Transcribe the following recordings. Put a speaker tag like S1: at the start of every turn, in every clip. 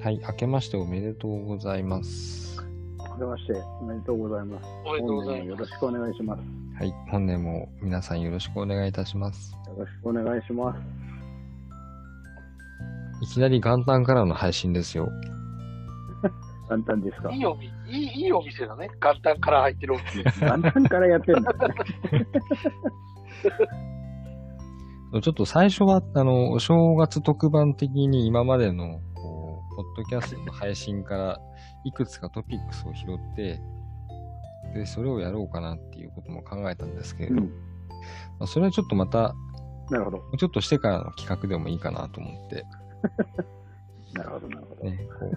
S1: はい、明けましておめでとうございます。
S2: はじめまして、おめでとうございます。
S3: おめでとうござい
S2: 本年もよ
S3: ま
S2: ろ
S3: す
S2: し。くお願いします。
S1: はい、本年も皆さんよろしくお願いいたします。
S2: よろしくお願いします。
S1: いきなり元旦からの配信ですよ。
S2: 簡単ですか
S3: いいお店、いいいいお店だね。元旦から入ってるお店。
S2: 簡単からやってるんだ。
S1: ちょっと最初は、あの、お正月特番的に今までの、こう、ポッドキャストの配信からいくつかトピックスを拾って、で、それをやろうかなっていうことも考えたんですけれ
S2: う
S1: ど、
S2: ん、
S1: まあそれはちょっとまた、
S2: なるほど。
S1: ちょっとしてからの企画でもいいかなと思って、
S2: なるほど、なるほど。
S1: ね、こう、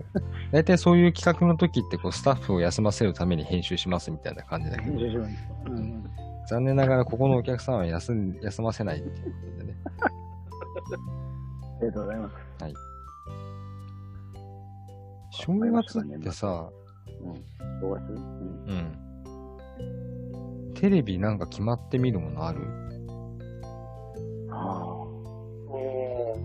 S1: 大体そういう企画の時って、こう、スタッフを休ませるために編集しますみたいな感じだけど
S2: 編、集します。うん
S1: 残念ながらここのお客さんは休ん休ませないっていうことでね。
S2: ありがとうございます。
S1: 正月ってさ、
S2: 正月、うん、
S1: うん。テレビなんか決まってみるものある
S2: あ
S3: お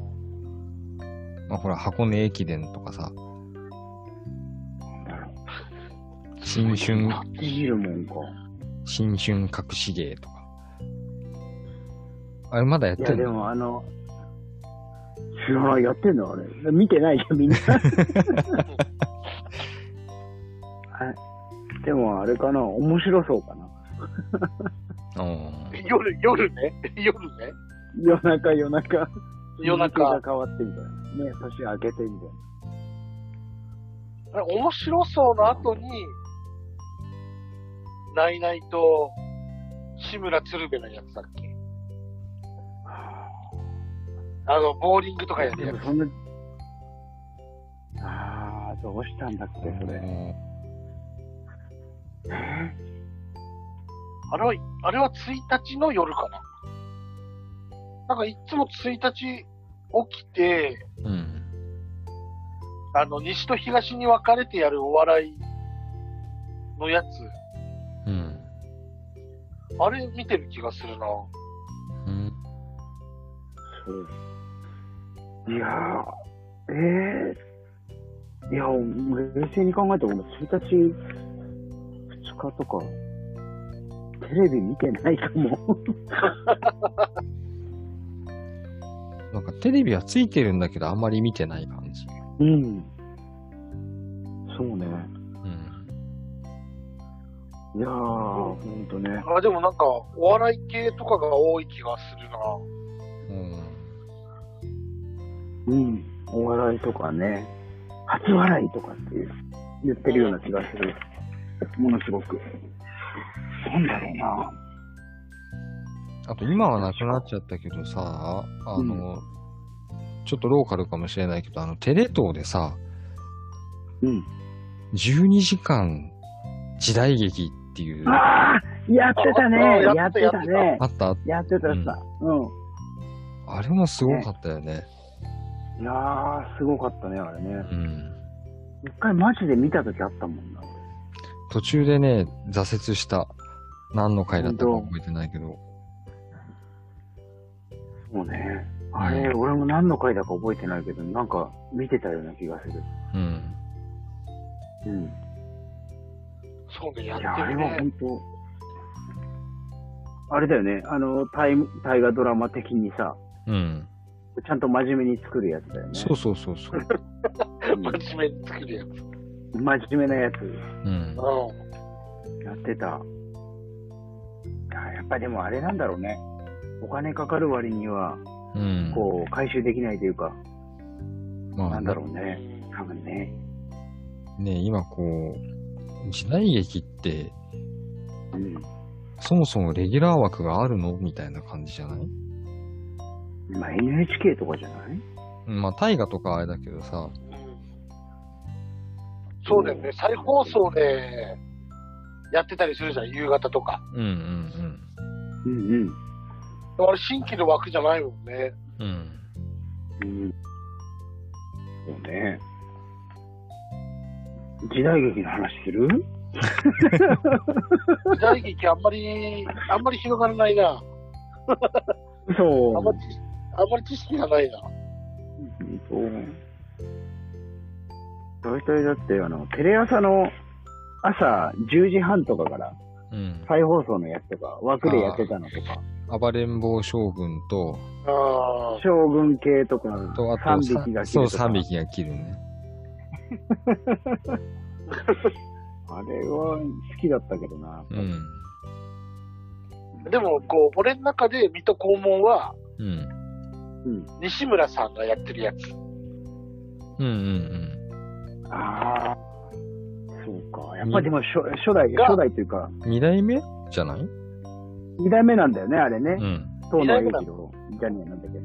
S1: まあほら、箱根駅伝とかさ、
S2: あ、なるほど。
S1: 新 春、
S2: いじるもんか。
S1: 新春隠し芸とか。あれまだやっ
S2: い
S1: て
S2: や、
S1: る
S2: で
S1: の
S2: もあの、知らない、やってんのあれ。見てないよ、みん な。はい。でも、あれかな、面白そうかな。
S1: うん
S3: ー夜、夜ね。 夜ね。
S2: 夜中、夜中。
S3: 夜
S2: 日
S3: 中
S2: 付が変わってみたいな。ね、年明けてみたいな。
S3: あれ面白そうの後に、ナイナイと志村鶴瓶のやつだっけあの、ボーリングとかやる
S2: で
S3: や
S2: も
S3: つ。
S2: そんな、ああ、どうしたんだっけ、それ。
S3: あれは、あれは1日の夜かな。なんかいつも1日起きて、
S1: うん。
S3: あの、西と東に分かれてやるお笑いのやつ、
S1: うん。
S3: あれ見てる気がするな。
S1: うん。
S2: そういやー、ええー、いや、冷静に考えても、1日、2日とか、テレビ見てないかも。
S1: なんかテレビはついてるんだけど、あんまり見てない感じ。
S2: うん。そうね。
S1: うん。
S2: いやー、ほんとね。
S3: あ、でもなんか、お笑い系とかが多い気がするな。
S1: うん。
S2: うん。お笑いとかね、初笑いとかっていう言ってるような気がする。ものすごく。なんだろうな。
S1: あと今はなくなっちゃったけどさ、あの、ちょっとローカルかもしれないけど、あの、テレ東でさ、
S2: うん。
S1: 12時間時代劇っていう、あ
S2: ああやってたね
S3: あや
S2: や
S3: っ
S2: ってて
S3: た
S2: たね
S1: った、
S2: やってたやってた。う
S1: あれもすごかったよね。
S2: ん。いやー、すごかったね、あれね。
S1: うん。
S2: 一回マジで見た時あったもんな。
S1: 途中でね、挫折した。何の回だったか覚えてないけど。
S2: そうね。あれ、俺も何の回だか覚えてないけど、なんか見てたような気がする。
S1: うん。
S2: うん。
S3: そうね、やっ
S2: いや、
S3: て
S2: あれ
S3: る
S2: は
S3: ね。
S2: 本当あれだよね。あの、タイム、大河ドラマ的にさ、
S1: うん。
S2: ちゃんと真面目に作るやつだよね。
S1: そうそうそうそう。
S2: うん
S3: 真面目に作るやつ。
S2: 真面目なやつ。
S1: うん。
S3: う
S2: やってた。あやっぱでもあれなんだろうね。お金かかる割には、
S1: うん。
S2: こう、回収できないというか、
S1: ま
S2: な
S1: あ
S2: んだろうね。
S3: ん。
S2: 多分ね。
S1: ね、今こう、時代劇って、
S2: うん。
S1: そもそもレギュラー枠があるのみたいな感じじゃない
S2: まあ、NHK とかじゃない
S1: まあ、大河とかあれだけどさ、
S3: そうだよね、再放送でやってたりするじゃん、夕方とか。
S1: うんうん
S2: うん
S3: でもあれ、新規の枠じゃないもんね。
S1: うん。うん。
S2: うん。うん。そうね。時代劇の話する
S3: 時代劇あんまり、あんまり広がらないな。
S2: そう
S3: あんまり、あんまり知識がないな。
S2: そう。大体だって、あの、テレ朝の朝10時半とかから
S1: うん。
S2: 再放送のやつとか、枠でやってたのとか、
S1: 暴れん坊将軍と、
S3: あー
S2: 将軍系とか、
S1: と、あと、
S2: 3匹が切
S1: そう、
S2: るとか。
S1: 3匹が切るね。
S2: あれは好きだったけどな。
S1: うん。
S3: でも、こう、俺の中で水戸黄門は、
S1: うん。
S2: うん。
S3: 西村さんがやってるやつ。
S1: うんうん
S2: ああ。そうか。やっぱりでも初初代、
S3: が
S2: 初代というか、
S1: うん。二代目じゃない
S2: 2代目なんだよね、あれね。
S1: うん。
S2: 東野栄一郎じゃねえなんだっけ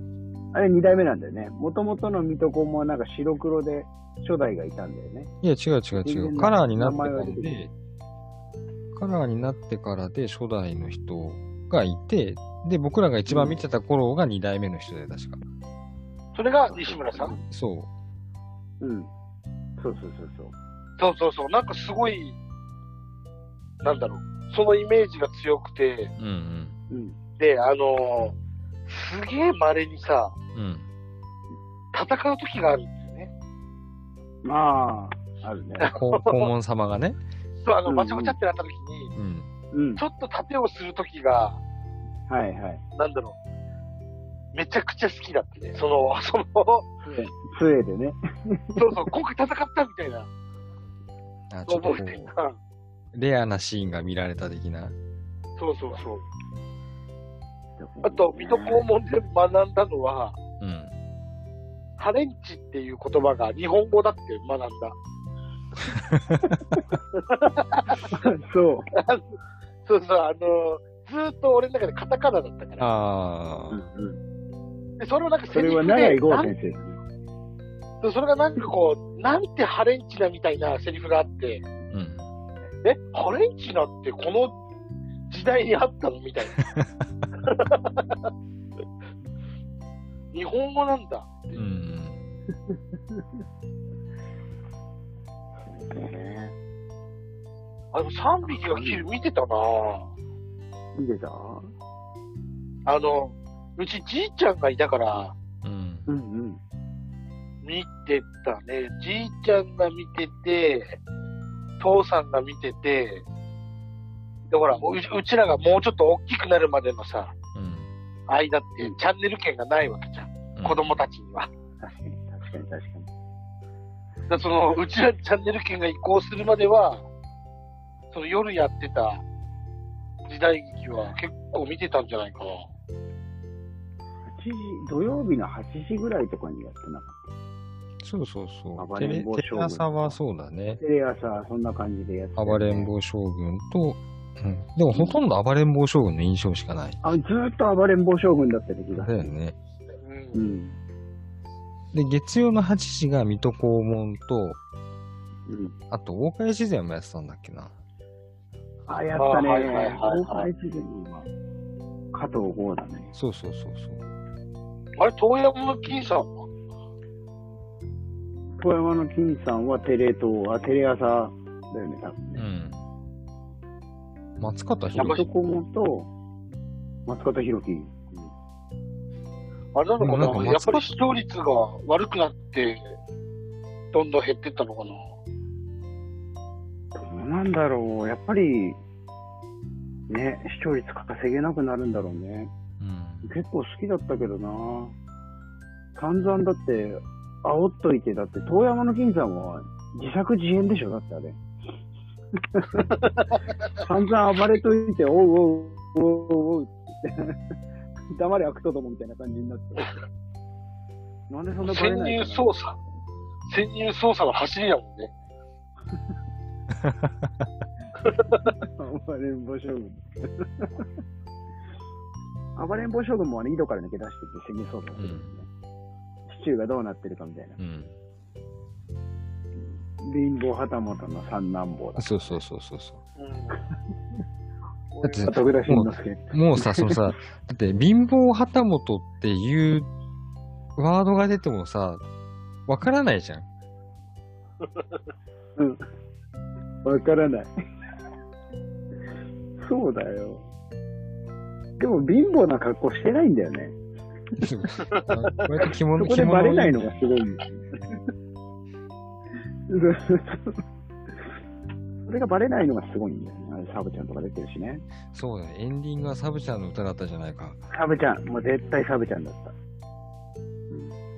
S2: あれ2代目なんだよねもともとの水戸黄門はなんか白黒で初代がいたんだよね
S1: いや、違う違う違
S2: 全
S1: う。
S2: 然
S1: カラーになってか
S2: 名
S1: ら
S2: 前は出て
S1: で、カラーになってからで初代の人がいて、で、僕らが一番見てた頃が二代目の人で、確か。
S3: それが西村さん
S1: そ
S2: うんそうそうそうそう
S3: そうそうそう。なんかすごい、なんだろう。そのイメージが強くて、
S1: う。うん
S2: うん
S3: で、あのーすげえ稀にさ、
S1: うん。うん。
S3: 戦う時があるんだよね。
S2: まああるね
S1: こう黄門様がね。
S3: そう、あの、
S2: うんうん
S3: バチャバチャってなった時に、
S1: うん。
S2: うん
S3: ちょっと盾をする時が、
S2: はいはい
S3: なんだろう。めちゃくちゃ好きだってね。その、 その、そ
S2: 杖でね
S3: うそう、今回戦ったみたいな、
S1: あちょっとこ
S3: 覚えてる
S1: う、
S3: な。
S1: レアなシーンが見られた的な。
S3: そうそうそう。あと、水戸黄門で学んだのは、
S1: うん。
S3: ハレンチっていう言葉が日本語だって学んだ。
S2: そ
S3: そうそう、あのずーっと俺の中でカタカナだったから。
S1: あ
S2: う、うん、
S3: で、それをなんか
S2: そ
S3: セリ
S2: れ
S3: フ
S2: は
S3: で
S2: 永井豪
S3: なん
S2: 先生
S3: そうそれがなんかこう、なんてハレンチなみたいなセリフがあって、
S1: あ、うん。
S3: え、ハレンチなってこの時代にあったのみたいな。日本語なんだ。
S1: うん。
S3: あの、3匹が切る見てたなぁ
S2: 見てた
S3: あの、うちじいちゃんがいたから、
S1: うん。
S2: うんうん
S3: 見てたね。じいちゃんが見てて、父さんが見てて、で、ほら、ううちらがもうちょっと大きくなるまでのさ、
S1: うん。
S3: 間ってチャンネル権がないわけじゃん。
S1: うん
S3: 子。供たちには。
S2: 確かに確かに確かに
S3: だからその、うちらにチャンネル権が移行するまでは、その夜やってた時代劇は結構見てたんじゃないかな。
S2: 8時土曜日の8時ぐらいとかにやってなかっ
S1: そうそうそう。
S2: 暴
S1: テ
S2: れ
S1: レ
S2: ん坊
S1: テレ朝はそうだね
S2: た。テレ朝そんな感じでやってたよね
S1: 暴れん坊将軍と、うん。でもほとんど暴れん坊将軍の印象しかない。
S2: あずーっと暴れん坊将軍だった時が
S1: だよね。
S3: うん
S2: うん
S1: で、月曜の8時が水戸黄門と、
S2: うん
S1: あと、大海自然もやってたんだっけな。
S2: あ、やったね。
S3: あはいはいはい
S2: 大川一伝は加藤剛だね。
S1: そうそうそうそう。
S3: あれ、遠山の金さんは
S2: 富山の金さんはテレ東、あ、テレ朝だよね、多分
S1: う
S2: ね。
S1: ん。松方
S2: 水戸
S1: 弘
S2: 黄門と松方弘樹。
S3: あれなのかな
S1: なんか
S3: やっ
S1: 松
S3: ぱ
S1: 本
S3: り視聴率が悪くなって、どんどん減ってったのかな
S2: どうなんだろう。やっぱり、ね、視聴率稼げなくなるんだろうね。
S1: うん。
S2: 結構好きだったけどな。散々だって、煽っといて、だって、遠山の金さんは自作自演でしょ、だってあれ。散々暴れといて、おうおう、おうおう、おうって、黙れ悪党どもみたいな感じになって。なんでそんなバレ
S3: 潜
S2: ない
S3: 入
S2: かな
S3: 捜査。潜入捜査の走りだもんね。
S2: 暴れん坊将軍。暴れん坊将軍もあれ、井戸から抜け出してって、潜入捜査するんですね。シチューがどうなってるかみたいな。
S1: うん。
S2: 貧乏旗本の三男坊だ。
S1: そうそうそうそうそう。
S3: うん。
S1: だって
S2: 徳田新之助。
S1: もうさ、そのさ、だって、貧乏旗本っていうワードが出てもさ、わからないじゃん。
S2: わからない。 そうだよ。でも貧乏な格好してないんだよね。
S1: そうこうやって着
S2: そ
S1: 物
S2: こでバレないの
S1: 着
S2: がすごいんですよね。 それがバレないのがすごいんだよね。あれサブちゃんとか出てるしね。
S1: そうだね。エンディングはサブちゃんの歌だったじゃないか。
S2: サブちゃん、もう絶対サブちゃんだった。う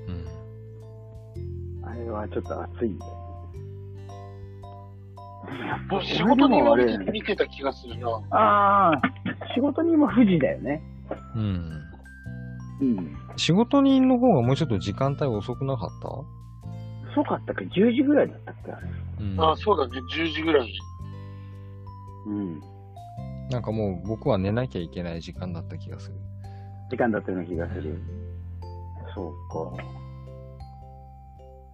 S1: うん。
S2: ん、あれはちょっと熱いんだよね。やっぱ
S3: 僕仕事にも
S2: あ
S3: 見
S2: れ
S3: て見てた気がするな。
S2: ああ、仕事にも富士だよね。
S1: うん。
S2: うん。
S1: 仕事人の方がもうちょっと時間帯遅くなかった
S2: 遅かったっけ ?10 時ぐらいだったっけあれ。
S1: うん。
S3: あそうだね、10時ぐらいに。
S2: うん。
S1: なんかもう僕は寝なきゃいけない時間だった気がする。
S2: 時間だったような気がする。そうか。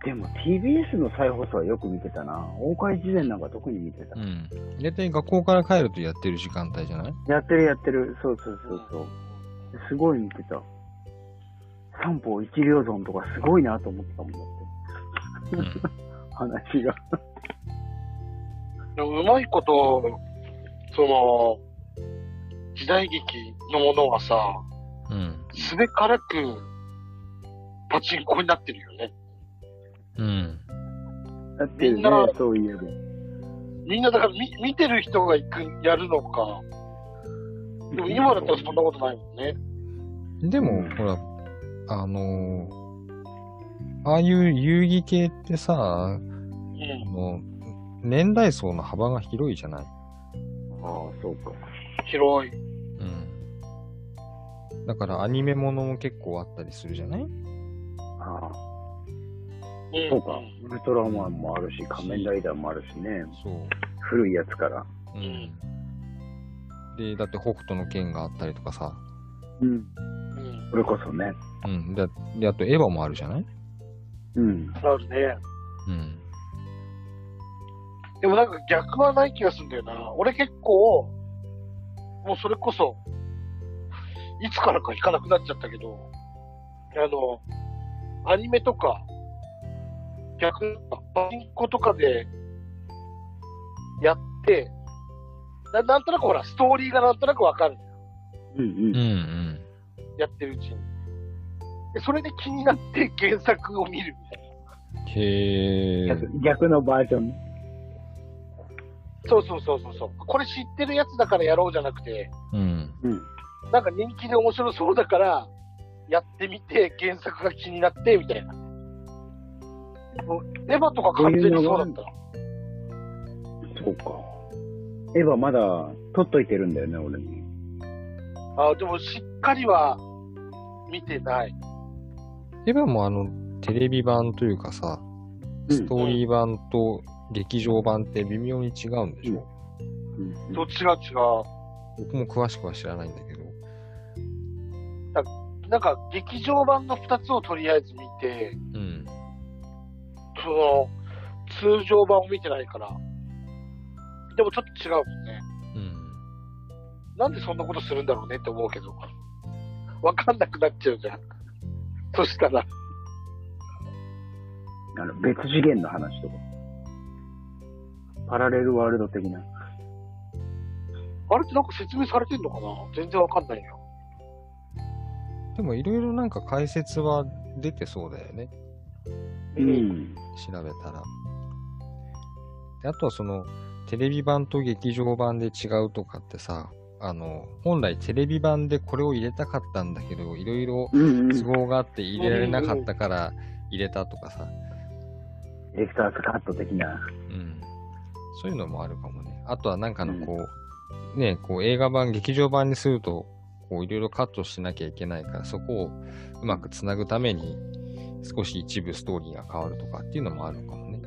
S2: でも TBS の再放送はよく見てたな。大会事前なんか特に見てた。
S1: うん。大体学校から帰るとやってる時間帯じゃない
S2: やってるやってる。そうそうそうそう。すごい見てた。三方一両損とかすごいなと思ってたもんだ
S1: うん。
S2: って。話が。
S3: でもうまいこと、その、時代劇のものはさ、
S1: うん。
S3: すべからく、パチンコになってるよね。
S1: うん。
S2: だってる
S3: みん
S2: ね
S3: な、
S2: そういえば。
S3: みんなだから見見てる人が行く、やるのか。でも今だったらそんなことないもんね。
S1: でも、
S2: うん
S1: ほら、あのーああいう遊戯系ってさ、あ
S3: うん。
S1: の、年代層の幅が広いじゃない
S2: ああ、そうか。
S3: 広い。
S1: うん。だからアニメものも結構あったりするじゃない
S2: ああ、
S3: うん。
S2: そうか。ウルトラマンもあるし、仮面ライダーもあるしね。
S1: そう。
S2: 古いやつから。
S1: うん。で、だって北斗の剣があったりとかさ、
S2: うん。
S3: うん。
S2: それこそね。
S1: うん。で、であとエヴァもあるじゃない
S2: うん。
S3: あるね。
S1: うん。
S3: でもなんか逆はない気がするんだよな。俺結構、もうそれこそ、いつからか行かなくなっちゃったけど、あの、アニメとか、逆、パチンコとかで、やってな、なんとなくほら、ストーリーがなんとなくわかる。
S2: うんうん
S1: うんうん。
S3: やってるうちに。でそれで気になって原作を見るみたい
S1: へえ。
S2: 逆逆のバージョン。
S3: な。そうそうそうそうそう。これ知ってるやつだからやろうじゃなくて、
S1: うん。
S2: うん。
S3: なんか人気で面白そうだから、やってみて、原作が気になって、みたいな。もうエヴァとか完全にそうだったな。
S2: そうか。エヴァまだ撮っといてるんだよね、俺も。
S3: あーでもしっかりは見てない。
S1: エヴァもあの、テレビ版というかさ、
S2: うん
S1: ストーリー版と劇場版って微妙に違うんでしょ、
S2: うん
S3: どっちが違う。
S1: 僕も詳しくは知らないんだけど。
S3: なんか劇場版の2つをとりあえず見て、
S1: うん。
S3: その、通常版を見てないから。でもちょっと違うもんね。
S1: うん。
S3: なんでそんなことするんだろうねって思うけど。わかんなくなっちゃうじゃん。そしたら。
S2: あの別次元の話とか。パラレルワールド的な。
S3: あれってなんか説明されてんのかな全然わかんないよ。
S1: でもいろいろなんか解説は出てそうだよね。
S2: うん。
S1: 調べたら。であとはその、テレビ版と劇場版で違うとかってさ、あの、本来テレビ版でこれを入れたかったんだけど、いろいろ
S2: うんうん。
S1: 都
S2: エ
S1: 合があって入れられなかったから入れたとかさ、
S2: レクターズカット的な。
S1: うん。そういうのもあるかもね。あとはなんかのこう、ね、こう映画版、劇場版にすると、こういろいろカットしなきゃいけないから、そこをうまくつなぐために、少し一部ストーリーが変わるとかっていうのもあるかもね。
S3: う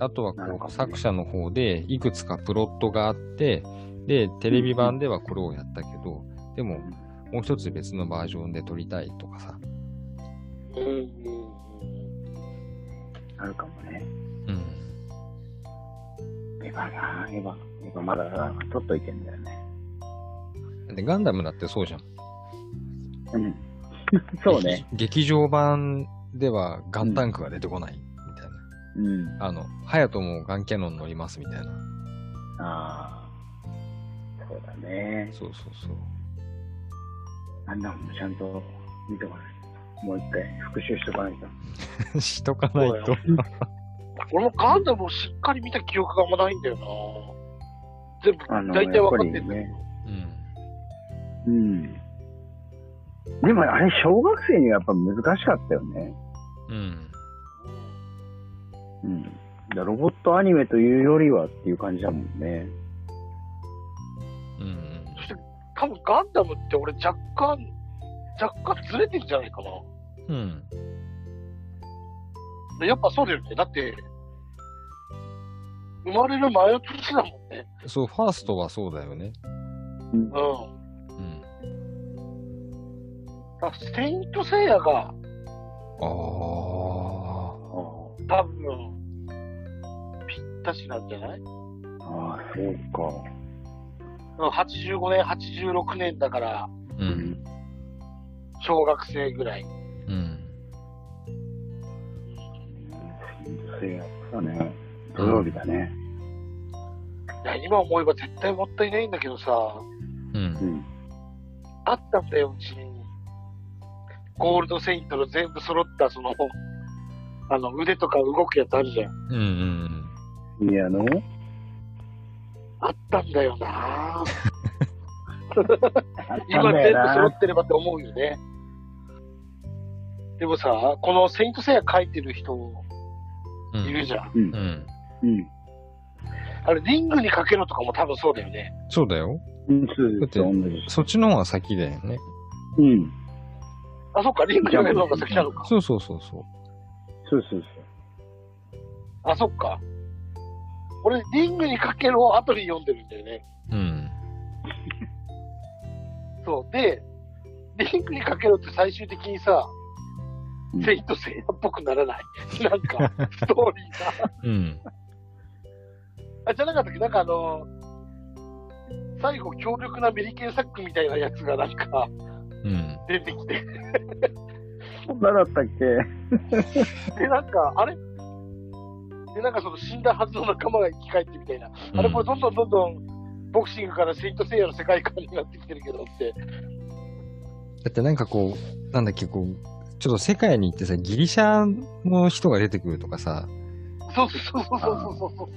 S3: ん。
S1: あとは
S2: なるほ
S1: こう、
S2: どね
S1: 作者の方でいくつかプロットがあって、で、テレビ版ではこれをやったけど、でも、もう一つ別のバージョンで撮りたいとかさ。
S3: うん。
S2: あるかもね。
S1: うん。
S2: エヴァな、エヴァ。エヴァまだ撮っといてんだよね。
S1: で、ガンダムだってそうじゃん。
S2: うん。 そうね。
S1: 劇。劇場版ではガンタンクが出てこない、みたいな。
S2: うん。
S1: あの、ハヤトもガンキャノン乗りますみたいな。
S2: ああ。そうだね。
S1: そうそうそう。
S2: あんなもんもちゃんと見てこない。もう一回復習しとかない と。
S1: しとかないと。
S3: 俺もガンダムをしっかり見た記憶があんまないんだよな。全部、
S2: あの、
S3: 大体
S2: やっ
S3: わ
S2: ぱ
S3: かって
S2: り
S3: んだよ。
S2: ね。
S1: うん。
S2: うん。でもあれ、小学生にはやっぱ難しかったよね。
S1: うん。
S2: うん。だからロボットアニメというよりはっていう感じだもんね。
S1: うん。
S3: そして、多分ガンダムって俺若干、若干ずれてんじゃないかな。
S1: うん。
S3: でやっぱそうだよね。だって、生まれる前の年だもんね。
S1: そう、ファーストはそうだよね。
S2: うん
S3: う。ん。
S1: うん。
S3: だからセイントセイヤ
S1: あ
S3: が、
S1: あ。
S3: 多分、ぴったしなんじゃない
S2: ああ、そう
S3: うん、85年、86年だから、
S1: う
S2: か。
S1: ん。。
S3: 小学生ぐらい。
S1: うん。
S2: 制約だね。土曜日だね。
S3: いや、今思えば絶対もったいないんだけどさ、
S1: うん。
S2: ん。
S3: あったんだよ、うちに。ゴールドセイントの全部揃った、その、あの、腕とか動くやつあるじゃん。
S1: うん。うん。
S2: いやの
S3: あったんだよな
S2: あった
S3: 今
S2: んだ
S3: 全
S2: よ
S3: 部揃
S2: な
S3: ってればって思うよね。でもさ、このセイントセイヤ書いてる人
S1: う
S3: いる
S1: ん。
S3: じゃん。
S2: うん
S1: う。ん。
S2: うん。
S3: あれ、リングにかけろとかも多分そうだよね。
S1: そうだよ。
S2: うん。そうと同じ。
S1: そっちの方が先だよね。
S2: うん。
S3: あ、そっか、リングにかけるのが先なのか。
S1: そうそうそうそう。
S2: そうそう
S3: あ、そっか。俺、リングにかけるを後に読んでるんだよね。
S1: うん。
S3: そう。で、リングにかけろって最終的にさ、
S2: そう。
S3: セイントセイヤっぽくならない。 なんか、ストーリーが。
S1: うん。
S3: あ、じゃなかったっけなんかあの、最後、強力なメリケンサックみたいなやつがなんか
S1: うん。
S3: 出てきて、
S2: そんなだったっけ
S3: で、なんか、あれで、なんかその死んだはずの仲間が生き返ってみたいな。あれ、これどんどんどんどん、ボクシングからセイントセイヤの世界観になってきてるけどって。
S1: だってなんかこう、なんだっけ、こう、ちょっと世界に行ってさ、ギリシャの人が出てくるとかさ、
S3: そうそうそうそうそうそうそうそう。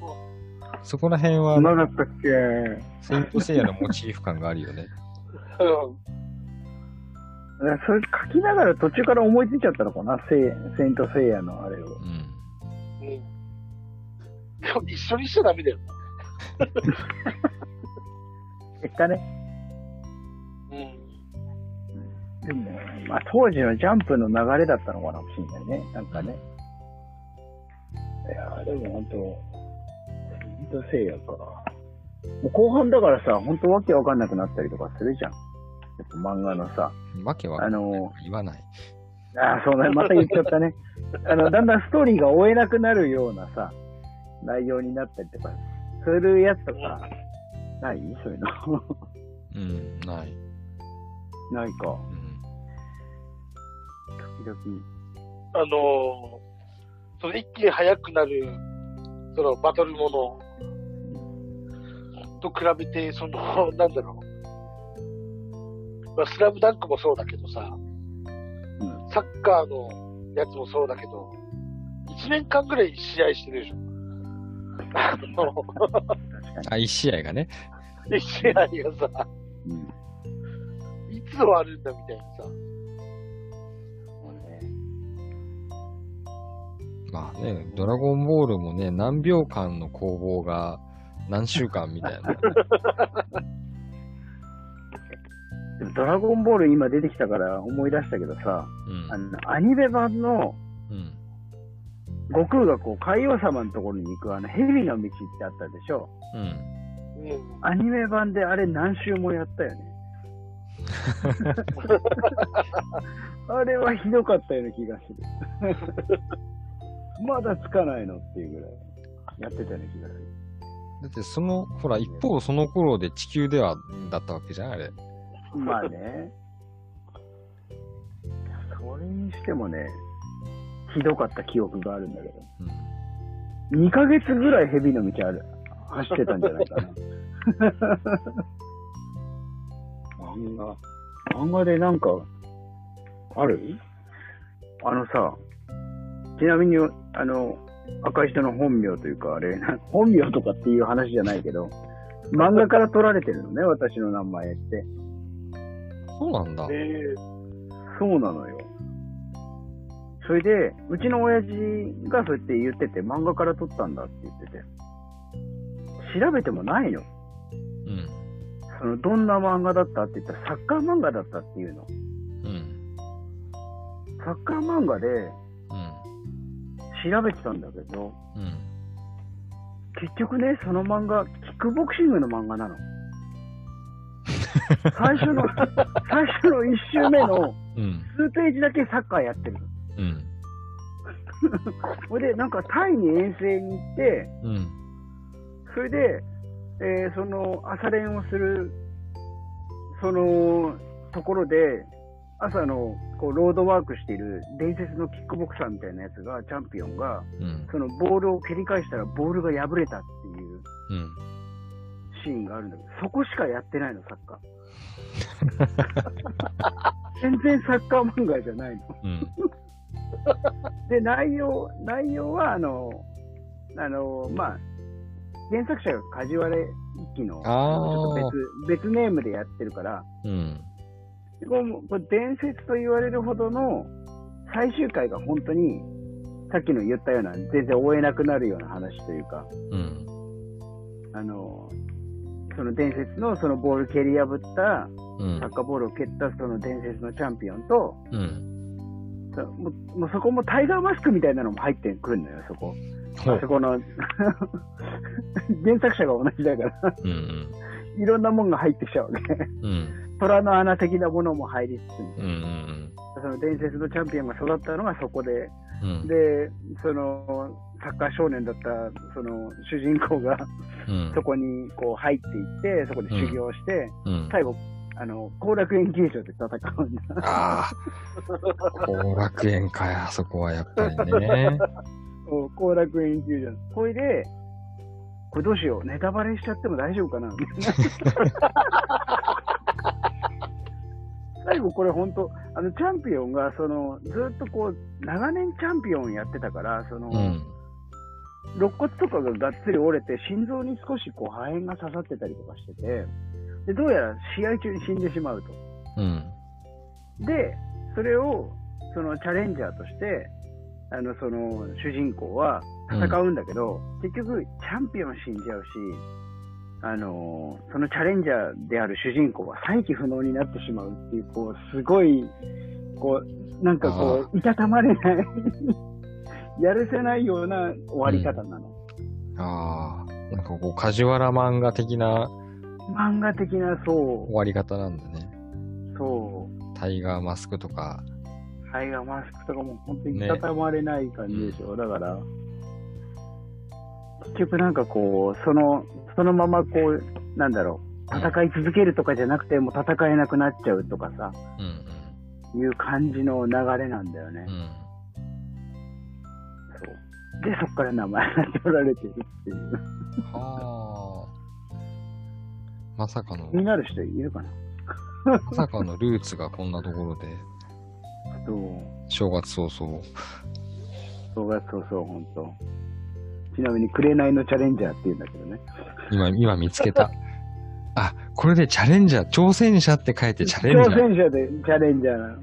S1: そこら辺は
S2: そん、なだったっけ
S1: セイントセイヤのモチーフ感があるよね。
S3: う
S2: それ書きながら途中から思いついちゃったのかなセイセイントセイヤのあれを。
S1: うん。
S3: ん。うんでも一緒にしちゃダメだよ。
S2: 結果ね。
S3: うん。
S2: でも、まあ当時のジャンプの流れだったのかなもしれないね。なんかね。いやーでも本当、セイントセイヤか。もう後半だからさ、本当わけわかんなくなったりとかするじゃん。やっぱ漫画のさ。
S1: わけわか
S2: あ
S1: んない。
S2: の
S1: 言わない。
S2: ー、ああ、そうね、また言っちゃった ね。あの、だんだんストーリーが追えなくなるようなさ、内容になったりとか、するやつとか、ないそういう の。
S1: うん、ない。
S2: ないか。
S1: うん。
S2: 時々。
S3: あのーその一気に速くなる、そのバトルものと比べて、その、 なんだろう。まあ、スラムダンクもそうだけどさ、
S2: ん
S3: サッカーのやつもそうだけど、1年間ぐらい試合してるでしょ。あの、
S2: 確か
S1: あ、一試合がね。
S3: 試合がさ、
S2: に。うん。
S3: いつ終わるんだみたいなさ。
S2: そうね。
S1: まあね、ドラゴンボールもね、何秒間の攻防が何週間みたいな。
S2: でもドラゴンボール今出てきたから思い出したけどさ、
S1: うん
S2: あ。の、アニメ版の
S1: うん。
S2: 悟空がこう、海王様のところに行くあの、蛇の道ってあったでしょ。
S1: うん。
S3: うん。
S2: アニメ版であれ何周もやったよね。あれはひどかったような気がする。まだつかないのっていうぐらい。やってたような気がする。
S1: だってその、ほら、一方その頃で地球ではだったわけじゃん、あれ。
S2: まあね。それにしてもね、ひどかった記憶があるんだけど。
S1: うん。
S2: 2ヶ月ぐらい蛇の道ある。走ってたんじゃない かな。漫画。漫画でなんか、あるあのさ、ちなみに、あの、赤い人の本名というか、あれ、 な本名とかっていう話じゃないけど、漫画から取られてるのね、私の名前って。
S1: そうなんだ。
S3: え
S1: へ
S2: そうなのよ。それで、うちの親父がそうやって言ってて、漫画から取ったんだって言ってて、調べてもないの。
S1: うん。
S2: その、どんな漫画だったって言ったら、サッカー漫画だったっていうの。
S1: うん。
S2: サッカー漫画で
S1: うん。
S2: 調べてたんだけど、
S1: うん。
S2: 結局ね、その漫画、キックボクシングの漫画なの。最初の、最初の1周目の
S1: うん。
S2: 数ページだけサッカーやってるの。
S1: うん。
S2: それで、なんかタイに遠征に行って、
S1: うん。
S2: それで、えーその朝練をする、そのところで、朝のこうロードワークしている伝説のキックボクサーみたいなやつが、チャンピオンが、
S1: うん。
S2: そのボールを蹴り返したらボールが破れたっていう
S1: うん。
S2: シーンがあるんだけど、そこしかやってないの、サッカー。全然サッカー漫画じゃないの。
S1: うん。
S2: で、内容、内容は、あの、あの、まあ、原作者が梶原一騎の、ち
S1: あー
S2: ょっと別、別ネームでやってるから、
S1: うん。
S2: こうこれ伝説と言われるほどの最終回が本当に、さっきの言ったような、全然追えなくなるような話というか、
S1: うん。
S2: あの、その伝説のそのボール蹴り破った、
S1: うん
S2: サッ。カーボールを蹴ったその伝説のチャンピオンと、
S1: うん。
S2: そもうもうそこもタイガーマスクみたいなのも入ってくるのよ、そこ。
S1: ほ
S2: あ
S1: う
S2: そこの 原作者が同じだから、
S1: うん。
S2: いろんなもんが入ってきちゃうね。
S1: うん。うん。
S2: 虎の穴的なものも入りつつみた
S1: う
S2: い
S1: ん。うん。
S2: な、その伝説のチャンピオンが育ったのがそこで、
S1: うん。
S2: で、その、サッカー少年だった、その、主人公が、
S1: うん。
S2: そこに、こう、入っていって、そこで修行して、
S1: うん。
S2: 最後、あの、後楽園球場で戦 うんだ。
S1: ああ。後楽園かよ、あそこはやっぱりね。
S2: そう後楽園球場。これで、これどうしよう。ネタバレしちゃっても大丈夫かな 最後これ本当あの、チャンピオンが、その、ずっとこう、長年チャンピオンやってたから、その、
S1: うん。
S2: 肋骨とかががっつり折れて、心臓に少しこう破片が刺さってたりとかしてて、で、どうやら試合中に死んでしまうと。
S1: うん。
S2: で、それを、そのチャレンジャーとして、あの、その、主人公は戦うんだけど、結局、チャンピオン死んじゃうし、あのーそのチャレンジャーである主人公は再起不能になってしまうっていう、こう、すごい、こう、なんかこう、いたたまれない、 やるせないような終わり方なの。
S1: ああ。なんかこう、梶原漫画的な
S2: 漫画的な、そ
S1: 終わり方なんだね。
S2: う、そう、
S1: タイガーマスクとか。
S2: ハイガーマスクとかも本当に
S1: ね
S2: いたたまれない感じでしょ。だから、結局なんかこう、その、そのままこう、なんだろう、戦い続けるとかじゃなくて、もう戦えなくなっちゃうとかさ、
S1: うん
S2: いう感じの流れなんだよね
S1: うん。う。ん。
S2: そうで、そこから名前が取られてるっていう。
S1: はあ。まさかの
S2: 気、になる人いるかな
S1: まさかのルーツがこんなところで、
S2: そう。
S1: 正月早々。
S2: そうがそうそう、本当。ちなみに、紅のチャレンジャーって言うんだけどね。
S1: 今、今見つけた。あ、これでチャレンジャー、挑戦者って書いてチャレンジ
S2: 挑
S1: ャー。
S2: 戦者でチャレンジャーなの。うん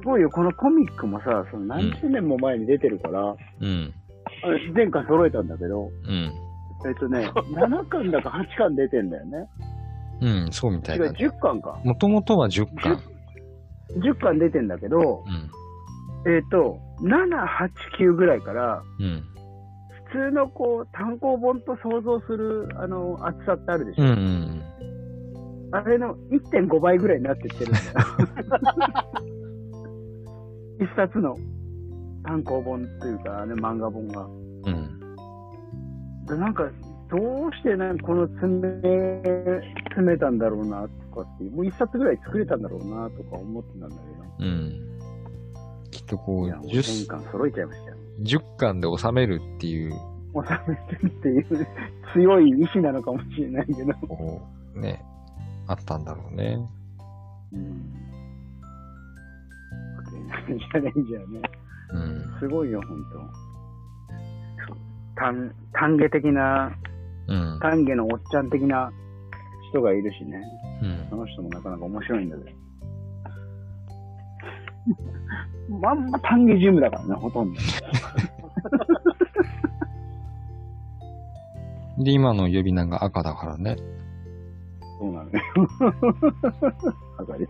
S2: すごいよ、このコミックもさ、その何十年も前に出てるから、
S1: うん。
S2: あれ前回揃えたんだけど、
S1: うん。
S2: えっとね、7巻だか8巻出てんだよね。
S1: うん、そうみた
S2: 違
S1: いだ
S2: う、
S1: ね。
S2: 10巻か。
S1: もともとは10巻。
S2: 10巻出てんだけど、えっ、と、7、8、9ぐらいから、
S1: うん。うん。
S2: 普通のこう、単行本と想像する、あの、厚さってあるでし
S1: う
S2: ょ。
S1: んうん
S2: あれの1.5倍ぐらいになってってるんだよ。一冊の単行本というか、あの漫画本が。
S1: うん。うん。
S2: でなんか、どうしてね、この詰め、詰めたんだろうな、とかっていう、もう一冊ぐらい作れたんだろうな、とか思ってたんだけ
S1: うん。きっとこ
S2: ど。
S1: う
S2: いや、、もう全
S1: 10、
S2: 巻揃えちゃいましたよ。
S1: 10巻で収めるっていう、
S2: 収めてるっていう強い意志なのかもしれないけど。
S1: こう、ね、あったんだろうね。
S2: うん。感じじゃないんだよね。
S1: うん。
S2: すごいよ、ほんと。単、単下的な、
S1: うん。
S2: 単下のおっちゃん的な人がいるしね。
S1: うん
S2: そ。の人もなかなか面白いんだけど。まんま単下ジムだからね、ほとんど。
S1: で、今の呼び名が赤だからね。
S2: そうなのね。わかり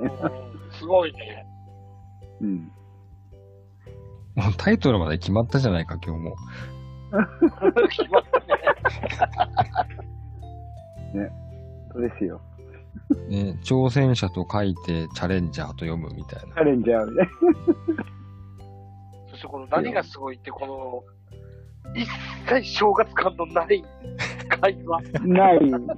S3: うんすごいね。
S2: うん。
S1: もうタイトルまで決まったじゃないか、今日も。
S3: 決まったね。
S2: そうですよ。
S1: ね、挑戦者と書いてチャレンジャーと読むみたい
S2: チ
S1: な
S2: ャ。レンジャーみたい
S3: そしてこの何がすごいって、この、一切正月感のない会話。
S2: な。ない。だか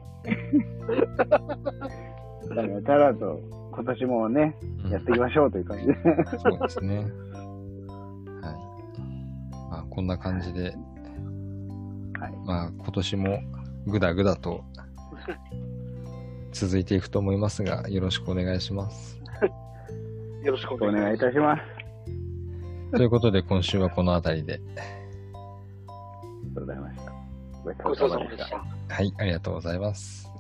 S2: ら、タラと今年もね、
S1: うん
S2: やっていきましょうという感じで。
S1: そうです ね。はい。まあ、こんな感じで、
S2: はい。
S1: まあ、今年もぐだぐだと 続いていくと思いますが、よろしくお願いします。
S3: よろしくお
S2: お
S3: 願
S2: 願い
S3: い
S2: い
S3: しま
S2: たします。
S1: ということで、今週はこの辺りで。
S2: ありがとうございました。
S3: す。ごちそうさまでした。
S1: はい、ありがとうございます。